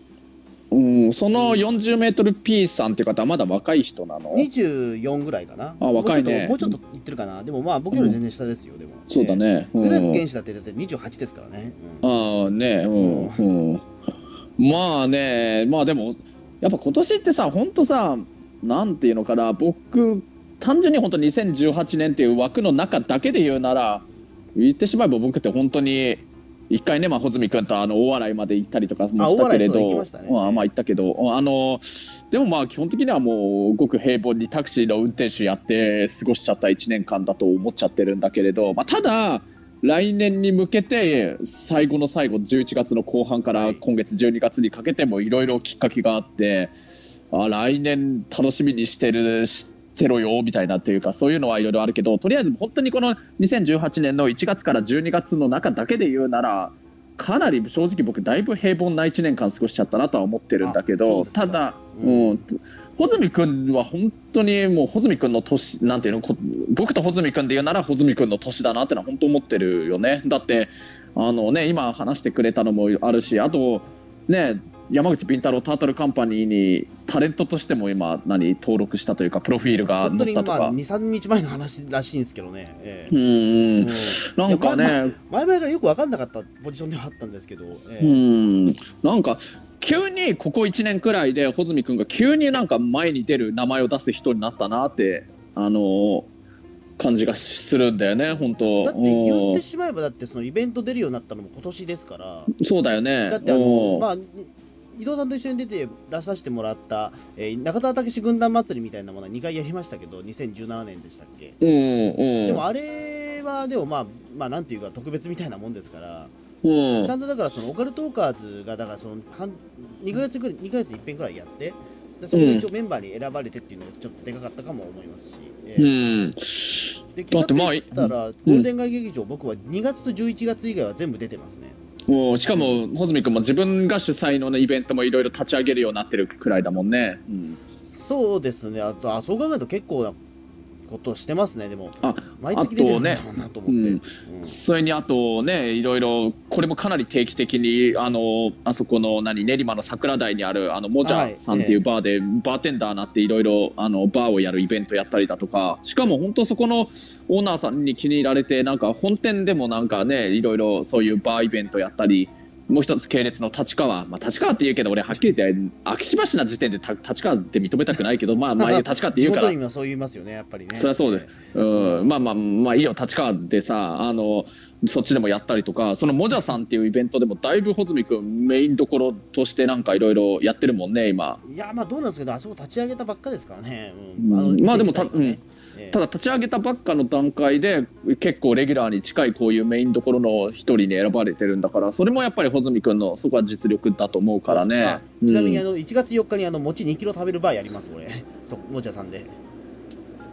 うんその 40mP さんって方はまだ若い人なの
24ぐらいかな
あ若いね
もうちょっともうちょっといってるかなでもまあ僕より全然下ですよ、でも
そうだねう
ええ米津
ん
玄師だってだって28ですからね、うん
ああねうんうんまあねまあでもやっぱ今年ってさ本当さなんていうのかな僕単純に本当2018年っていう枠の中だけで言うなら言ってしまえば僕って本当に一回ね、まあ、穂積君とあの大洗まで行ったりとかもしたけれ
あ大洗そう行き
ど
ましたね
まあまあ行ったけどあのでもまあ基本的にはもうごく平凡にタクシーの運転手やって過ごしちゃった1年間だと思っちゃってるんだけれど、まあ、ただ来年に向けて最後の最後11月の後半か
は
ら
い
今月12月にかけてもいろいろきっかけがあってあ来年楽しみにしてるしてろよみたいなというかそういうのはいろいろあるけどとりあえず本当にこの2018年の1月から12月の中だけで言うならかなり正直僕だいぶ平凡な1年間過ごしちゃったなとは思ってるんだけ
あそう
ど
ですか
ただ、
う
うんん、穂積君は本当にもう穂積君の年なんていうのこ僕と穂積君で言うなら穂積君の年だなってのは本当思ってるよねだってあのね今話してくれたのもあるしあとね山口敏太郎タートルカンパニーにタレントとしても今何登録したというかプロフィールが
本当
載っ
に
たと
ま
か
あ23日前の話らしいんですけどね、え
う
え
んうんなんか
いや
ね
前々からよく分かんなかったポジションではあったんですけど、ええ
うんなんか急にここ1年くらいで穂積君が急になんか前に出る名前を出す人になったなってあのー感じがするんだよね本当
だって言ってしまえばだってそのイベント出るようになったのも今年ですから
うんそうだよね
だってあの、
うん
まあ、に伊藤さんと一緒に出て出させてもらった、えー中澤武史軍団祭りみたいなものは2回やりましたけど、2017年でしたっけ。
うんうん
でもあれは、でもまあ、まあ、なんていうか、特別みたいなもんですから、
うん
ちゃんとだから、そのオカルトーカーズが、だからその半2ヶ月ぐらい、2ヶ月に一遍ぐらいやって、でそこで一応メンバーに選ばれてっていうのがちょっとでかかったかも思いますし、え
う
ー
ん
で気
だ
が
っ
つ
てまあ
いたら、ゴールデン街劇場、僕は2月と11月以外は全部出てますね。
もうしかも穂積君も自分が主催のねイベントもいろいろ立ち上げるようになってるくらいだもんね、うん
そうですね、あと、あそう考えると結構なことしてますね、でも、
あ
毎月出てるんだろうなと思って、うん
それにあとね、いろいろ、これもかなり定期的に、あのあそこの何練馬の桜台にある、あのモジャさんっていうバーで、バーテンダーなって、いろいろあのバーをやるイベントやったりだとか、しかも本当、そこのオーナーさんに気に入られて、なんか本店でもなんかね、いろいろそういうバーイベントやったり。もう一つ系列の立川、まあ、立川って言うけど俺はっきり言って昭島市な時点でた立川って認めたくないけどまあま あ立川って
地
言うから
元にはそう言いますよね、やっぱりね。
そりゃそうですうんまあまあまあいいよ立川でさあのそっちでもやったりとかそのもじゃさんっていうイベントでもだいぶ穂積君メインどころとしてなんかいろいろやってるもんね今
いや、まあどうなんですけど、あそこ立ち上げたばっかですからね。
うんまあでもた
ええ
ただ立ち上げたばっかの段階で結構レギュラーに近いこういうメインどころの一人に選ばれてるんだからそれもやっぱり穂積君のそこは実力だと思うからね
そうそうあちなみにあ
うん
の1月4日にあの餅2キロ食べるバーやります、俺、 そもちゃさんで。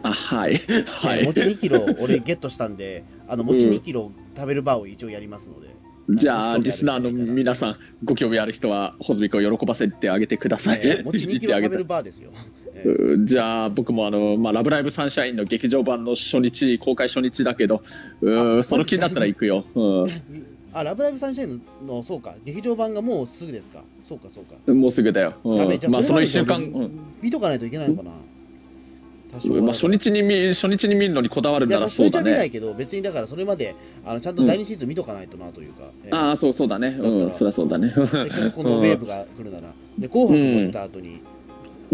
あはいは
ええ
い
餅2キロ、俺、ゲットしたんで、あの餅2キロ食べるバーを一応やりますので、
じゃあリスナーの皆さんご興味ある人はホズミ君を喜ばせてあげてください、
えー、餅
言
2
っ
キ
て
ロ
あげ
食べ
た
るバーですよ。 えー
うんじゃあ僕もあの、まあ「ラブライブサンシャイン」の劇場版の初日公開初日だけどう
あ
んその気になったら行くよ、う
あ、ラブライブサンシャインの、そうか、劇場版がもうすぐですか。そうか、そうか。
ん、もうすぐだよ、う
やべえ
ん
じゃあ
まあ、その
れまで
1週間、
に
うん
見とかないといけないのかな。多少は
まあ、初日に見初日に見るのにこだわる
い
な
や、
ら
まあ
そ
そううじ
だ
ゃ見ない
ね
けど、別にだからそれまで、あのちゃんと第二シーズン見とかないとなというか、えー
ああそうそうだね
だった
うん
ら
そりゃそうだね
せっかくこのウェーブが来るなら、で、紅白も出た後に、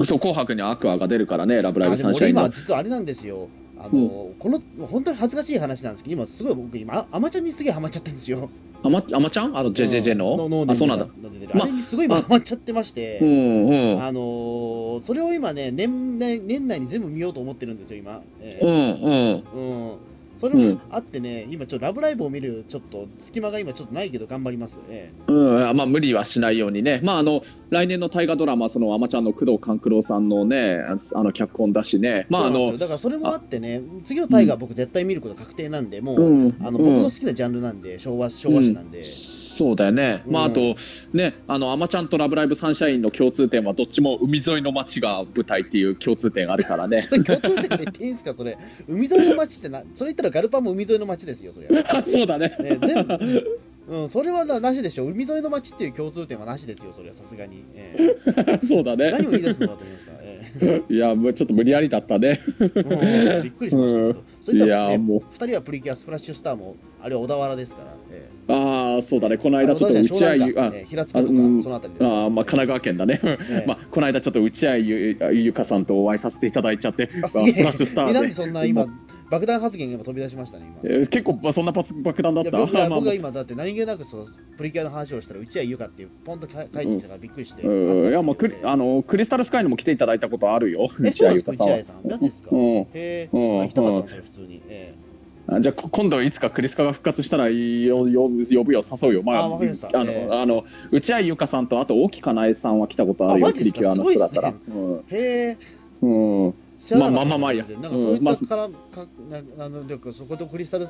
そう紅白にはアクアが出るからね「ラブライ
あ
ブ
で
サ
も
ンシャ
俺
インの」
今、実はあれなんですよ、あのこのもう本当に恥ずかしい話なんですけど、今、すごい僕、今、あまちゃんにすげえハマっちゃってるんですよ。
あまあまちゃんあの JJJ
う
の
んの
あそうなんだま
あれにすごい今
あ
ハマっちゃってまして、
うんうん
あのーそれを今ね年内、年内に全部見ようと思ってるんですよ、今。え
う
ー
んうん
うんそれ
う
も
ん
あってね、今、ちょっとラブライブを見る、ちょっと隙間が今、ちょっとないけど、頑張ります。ええ
うん、あまあ無理はしないようにね、まあ、あの来年の大河ドラマ、そのあまちゃんの工藤官九郎さんのね、あの脚本だしね、まあ
そ
あ
うなん
の
ですよだからそれもあってね、次の大河、僕、絶対見ること確定なんで、もう、
うん
あの
う
僕の
ん
好きなジャンルなんで、昭和昭和史なんで、
そうだよね、ま
う
ああ
ん、
と、ね、あのあまちゃんとラブライブサンシャインの共通点は、どっちも海沿いの街が舞台っていう共通点があるからね
それ共通点で言っていいんですか、それ、海沿いの街ってな、それ言ったらガルパンも海沿いの街ですよ、それ。ね、
そうだね、
全部 うん、それはななしでしょ、海沿いの街っていう共通点はなしですよ、それはさすがに、ええ
そうだね
何、を言い出すのかと思いました、え
いや、もうちょっと無理やりだったね、
えもうびっくりしましたけど、そ
い
れとは、ね、
や、もう、
2人はプリキュア、スプラッシュスターも、あれは小田原ですから、ええ
ああ、そうだね、この間、ちょっと
あ
打
小
ち
田
合
原
い、
じゃな
あ
いかええ平塚とか、
あうん
そのあたりです
あーまあ神奈川県だね。
ええ
まあ、この間ちょっと内合ゆゆかさんとお会いさせていただいちゃって、
あ
まあ
す
ス
げ
プ
え
ラッシュスタ
え、なん
ー
で
で。
そんな今、爆弾発言が今飛び出しましたね、今。
えー結構まあそんなパツ爆弾だっ
いや
た。
僕は
まあ
僕は
まあ
今だって何気なくそのプリキュアの話をしたらうちはゆかっていうポンとか帰ってきたからびっくりして。
うんいやまあクリあのクリスタルスカイにも来ていただいたことあるよ。内合ゆか
う
さ
ちは
んは
ゆ。さん。何ですか
う
へ
ん
え。
うん
あ行きたかったんですよ普通に。え
あ、じゃあこ今度いつかクリスカが復活したらよよ呼ぶよ誘うよ。まあ
あわかりました
あの、
ええ
あの内合ゆかさんとあと大木かなえさんは来たことある
あ
よ。
マジ
プ
で
リ
すか
キュアの人だった
すごい
ら。
っえ。へえ。
うん。うん。
知らなかった
まあまあまあいいや
全然なんかそういったからかなあのでそことクリスタル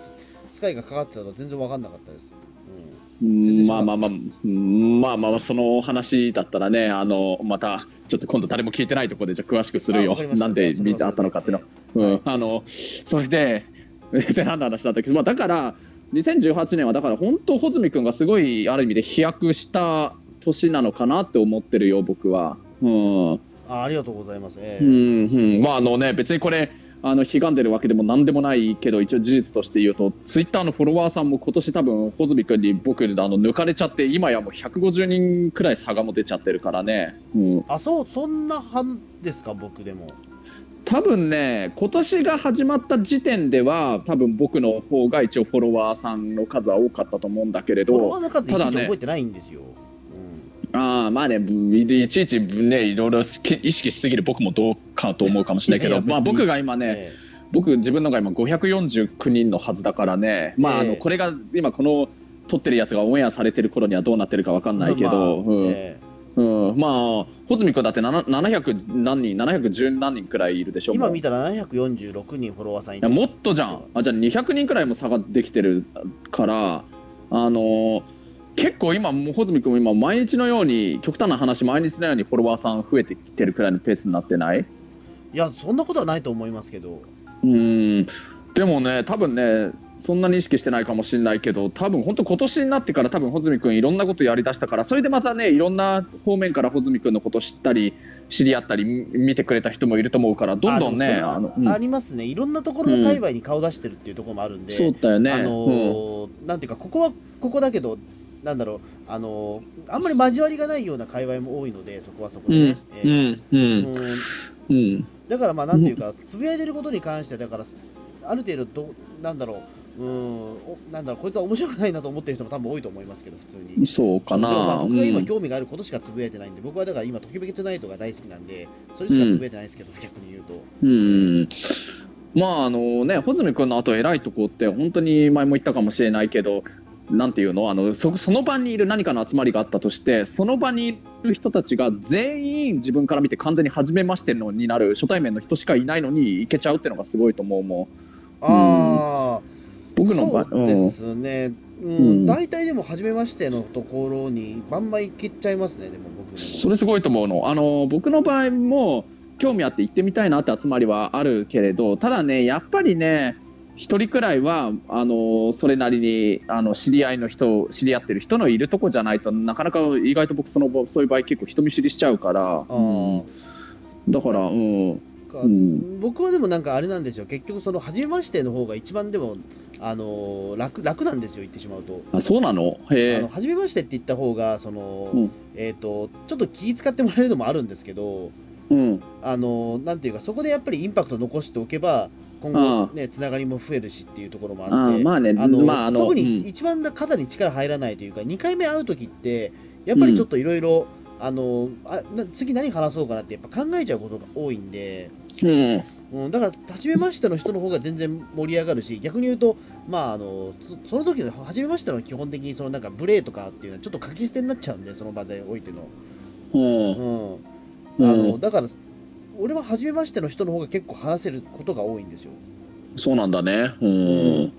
スカイがかかってたのは全然わかんなかったです。
うんまあまあまあ、うんまあまあ、そのお話だったらね、あの、また、ちょっと今度誰も聞いてないところで、じゃあ詳しくする
あ
よ
わかり。ました
なんで見たあったのかっていうの。
は
う
い
ん、あの、それで、 で、何の話だったっけど、まあ、だから、2018年は、だから、本当、穂積君がすごい、ある意味で飛躍した年なのかなって思ってるよ、僕は。うん。うん、
あありがとうございます。え
う
え。
ん。まあ、あのね、別にこれ、あの、悲願でるわけでも何でもないけど、一応事実として言うと、ツイッターのフォロワーさんも今年多分、穂積君に僕、あの、抜かれちゃって、今やもう150人くらい差がも出ちゃってるからね。うん。
あそうそんな半ですか僕でも。
多分ね、今年が始まった時点では、多分僕の方が一応フォロワーさんの数は多かったと思うんだけれ
フォロワ
ど、
ーの数いちい
ただ
ち
ね
覚えてないんですよ。うん。
ああ、まあね、いちいちね、いろいろ意識しすぎる僕もどうかと思うかもしれないけ
いや
ど、
いや
まあ
別に
僕が今ね、
ええ
僕自分のが今549人のはずだからね、まあ、あ
ええ
のこれが今この撮ってるやつがオンエアされてる頃にはどうなってるかわかんないけど、
まあ
うん
ええ
うん、まあ穂積君だって7 700何人710何人くらいいるでしょ
今
もう
見たら746人フォロワーさんい
い
て
やもっとじゃんあじゃあ200人くらいも差ができてるからあのー結構今もう穂積君も今毎日のように極端な話毎日のようにフォロワーさん増えてきてるくらいのペースになってない
いやそんなことはないと思いますけど
うーんでもね、多分ね、そんなに意識してないかもしれないけど、多分本当、今年になってから、多分穂積君、いろんなことやりだしたから、それでまたね、いろんな方面から穂積君のこと知ったり、知り合ったり、み見てくれた人もいると思うから、どんどんね、
あ
あ
でも
の
それは
うん
ありますねいろんなところの界隈に顔出してるっていうところもあるんで、
そうだよね、
あの
うん
ーなんていうかここはここだけどなんだろうあのーあんまり交わりがないような界隈も多いのでそこはそこで、ねえ
う
え
んうん
うん
うん
だからまあなんていうかつぶやいてることに関してだからある程度どなんだろううーんおなんだろうこいつは面白くないなと思ってる人も多分多いと思いますけど普通に
そうか
でもま
な、
あ
う
僕が今
ん、
興味があることしかつぶやいてないんで、僕はだから今、ときめきトゥナイトが大好きなんで、それしかつぶやいてないですけど、逆に言うと。
うんまああのね、穂積君のあと偉いとこって、本当に前も言ったかもしれないけど、なんていうのあのそ、その場にいる何かの集まりがあったとして、その場にいる人たちが全員自分から見て完全に初めましてのになる初対面の人しかいないのに行けちゃうっていうのがすごいと思うもん。
ああ、
僕の場
そうですね、うん
うん
大体でも初めましてのところにバンバン行けちゃいますねでも僕
うん、
も
それすごいと思うのあの僕の場合も興味あって行ってみたいなって集まりはあるけれどただねやっぱりね一人くらいはあのそれなりにあの知り合いの人知り合ってる人のいるとこじゃないとなかなか意外と僕そのそういう場合結構人見知りしちゃうから、うん
ー、
だからうん
か
うん
僕はでもなんかあれなんですよ結局その初めましての方が一番でもあのー楽楽なんですよ言ってしまうと
あそうなのへ
あ
え
の初めましてって言った方がその、
うん
えっ、とちょっと気遣ってもらえるのもあるんですけど
うん
あのなんていうかそこでやっぱりインパクト残しておけば今後ねつながりも増えるしっていうところもあ
あ
って
ーまあね
あの
まああの
特
うん
に一番肩に力入らないというか、2回目会う時ってやっぱりちょっといろいろあのあな次何話そうかなってやっぱ考えちゃうことが多いんで、
うん
うん、だから初めましての人の方が全然盛り上がるし逆に言うとまああのそその時の初めましての基本的にそのなんか無礼とかっていうのはちょっと書き捨てになっちゃうんでその場でおいての。
うん
うん
うん
あのだから俺は初めましての人の方が結構話せることが多いんですよ。
そうなんだね。うん。
なん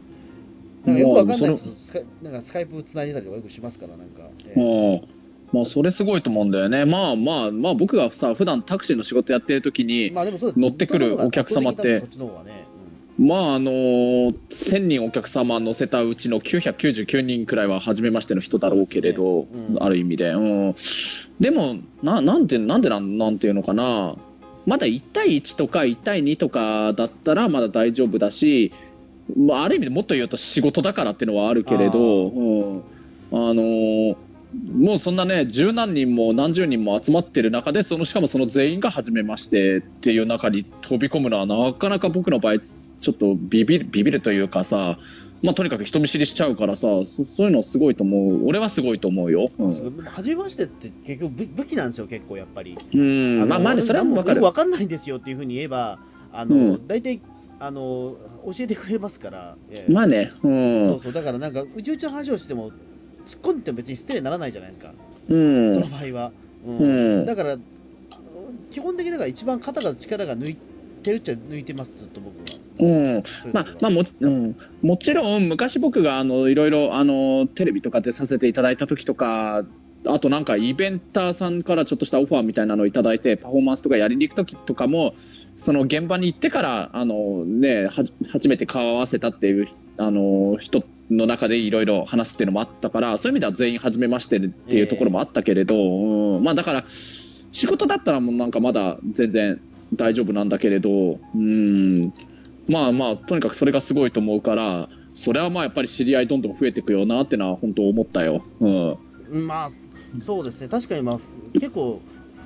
かよくわかんな
ま
い
あ
人とスカイなんかスカイプつないでたりとかよくしますからなんか、え
そ
え
のうん。まあそれすごいと思うんだよね。まあまあまあ僕がさ普段タクシーの仕事やってる時に、
まあでもそう
乗ってくるお客様って
そっちの方がね、
まああの1000人お客様乗せたうちの999人くらいは初めましての人だろうけれど
そ、うですねうん
ある意味で、うん。でもななんてなんでなんなんていうのかな。まだ1対1とか1対2とかだったらまだ大丈夫だし、まあ、ある意味でもっと言うと仕事だからっていうのはあるけれど、うん、あのーもうそんなね十何人も何十人も集まってる中でそのしかもその全員が初めましてっていう中に飛び込むのはなかなか僕の場合ちょっとビビるビビるというかさ、まあ、とにかく人見知りしちゃうからさそそういうのすごいと思う俺はすごいと思うよ。う
うん
ん
でも初めましてって結局武武器なんですよ結構やっぱり。
うん、まあまあねそれはもうわか
よ
る
く。わかんないんですよっていうふうに言えばあの、
うん
大体あの教えてくれますから、ええ
まあね、うん、
そうそうだからなんかうちうちの話をしても突っ込んでも別に失礼にならないじゃないですか。
うん
その場合は、うん
うん
だから基本的にだから一番肩が力が抜いてるっちゃ抜いてますずっと僕は
うん、
そういう
まあまあ
あ
も,、うん、もちろん昔僕があのいろいろあのテレビとか出させていただいた時とかあとなんかイベンターさんからちょっとしたオファーみたいなのをいただいてパフォーマンスとかやりに行く時とかもその現場に行ってからあの、ね、はじ初めて顔を合わせたっていうあの人の中でいろいろ話すっていうのもあったからそういう意味では全員初めましてっていうところもあったけれど、うんまあ、だから仕事だったらもうなんかまだ全然大丈夫なんだけれどうんまあまあとにかくそれがすごいと思うからそれはまあやっぱり知り合いどんどん増えていくよなってのは本当思ったよ。うん、
まあそうですね確かにまあ結構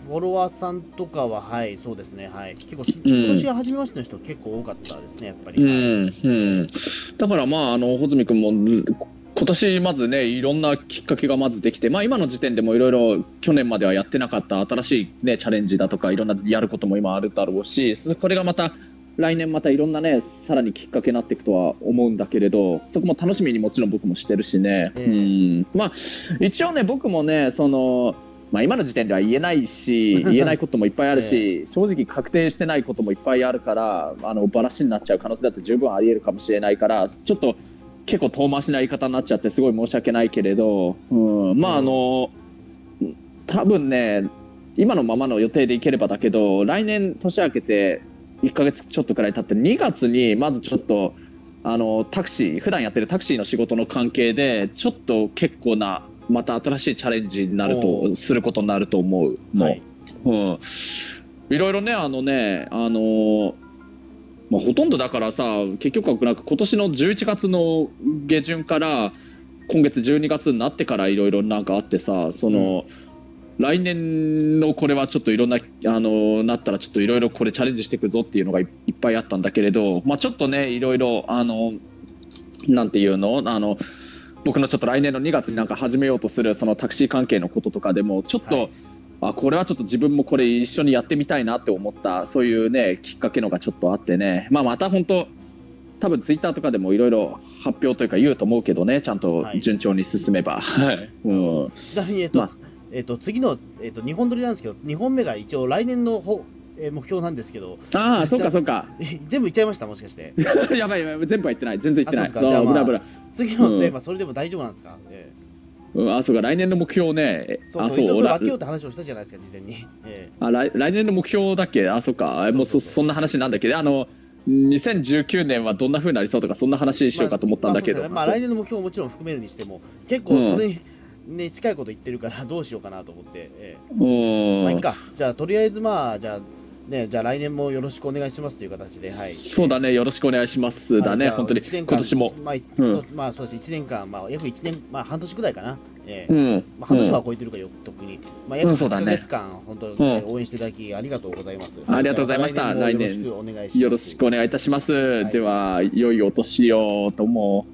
フォロワーさんとかははいそうですねはい結構つ
うん
今年は初めましての人結構多かったですねやっぱり、
う
はい
んうん、だからまああの穂積君もうん今年まずねいろんなきっかけがまずできて、まあ、今の時点でもいろいろ去年まではやってなかった新しい、ね、チャレンジだとかいろんなやることも今あるだろうしそこれがまた来年またいろんなねさらにきっかけになっていくとは思うんだけれどそこも楽しみにもちろん僕もしてるしね、
ええ
うんまあ一応ね僕もねそのまあ、今の時点では言えないし言えないこともいっぱいあるし、正直確定してないこともいっぱいあるからあのバラシになっちゃう可能性だって十分ありえるかもしれないからちょっと結構遠回しな言い方になっちゃってすごい申し訳ないけれど、うん、まああの、多分ね今のままの予定でいければだけど来年年明けて1ヶ月ちょっとくらい経って2月にまずちょっとあのタクシー普段やってるタクシーの仕事の関係でちょっと結構なまた新しいチャレンジになる
お
と
ー
することになると思うの、
はい
うん、いろいろねあのねあのーまあ、ほとんどだからさ結局はなんか今年の11月の下旬から今月12月になってからいろいろなんかあってさその、来年のこれはちょっといろんなあのなったらちょっといろいろこれチャレンジしていくぞっていうのがいいっぱいあったんだけれど、まあ、ちょっとねいろいろあのなんていうのあの僕のちょっと来年の2月になんか始めようとするそのタクシー関係のこととかでもちょっと、
はい
あこれはちょっと自分もこれ一緒にやってみたいなって思ったそういうねきっかけのがちょっとあってね、まあ、また本当多分ツイッターとかでもいろいろ発表というか言うと思うけどねちゃんと
はい
順調に進めば、はい うん、
ちなみにえっと、
まあ
えっと次のえっと2本撮りなんですけど2本目が一応来年のほえー目標なんですけど、
ああ、そっかそっか。
全部いっちゃいました、もしかして。
やばいやばい、全部は言ってない。全然言ってな
あ
い。
そうですかじゃあまあ
ブラブラ。
次のテーマ、それでも大丈夫なんですか、え
うん、あ、そうか、来年の目標ね
え。
あ、
そうそう、一応それ
ら
分けようって話をしたじゃないですか、事前に。 え
あ来来年の目標だっけあ、そうか。あもう
そうそうそう
そそんな話なんだっけど、あの、2019年はどんな風になりそうとか、そんな話
え
しようかと思ったんだけど。
まあまあそうですねまあ来年の目標ももちろん含めるにしても、結構それに、ね、近いこと言ってるから、 どうしようかなと思って、ええ
うん
まあいいか、じゃあ、とりあえずまあ、じゃあ、ね、じゃあ来年もよろしくお願いしますという形で、はい。
そうだね、よろしくお願いします。だね、
はい
本当に。
じゃあ一年
今
間
年も。
まあ、
う
まあ、そうです、1年間、まあ、約1年、まあ、半年ぐらいかな。ええ
うん。
まあ、半年
うん
は超えてるかよ、特に。まあ、約
うん
8
そう
ヶ
だね
月間、本当に、ね応援していただき、ありがとうございます。
ありがとうございました
じゃあ来年もよろしくお願いします。
よろしくお願いいたします。
い
では、良いお年をとも。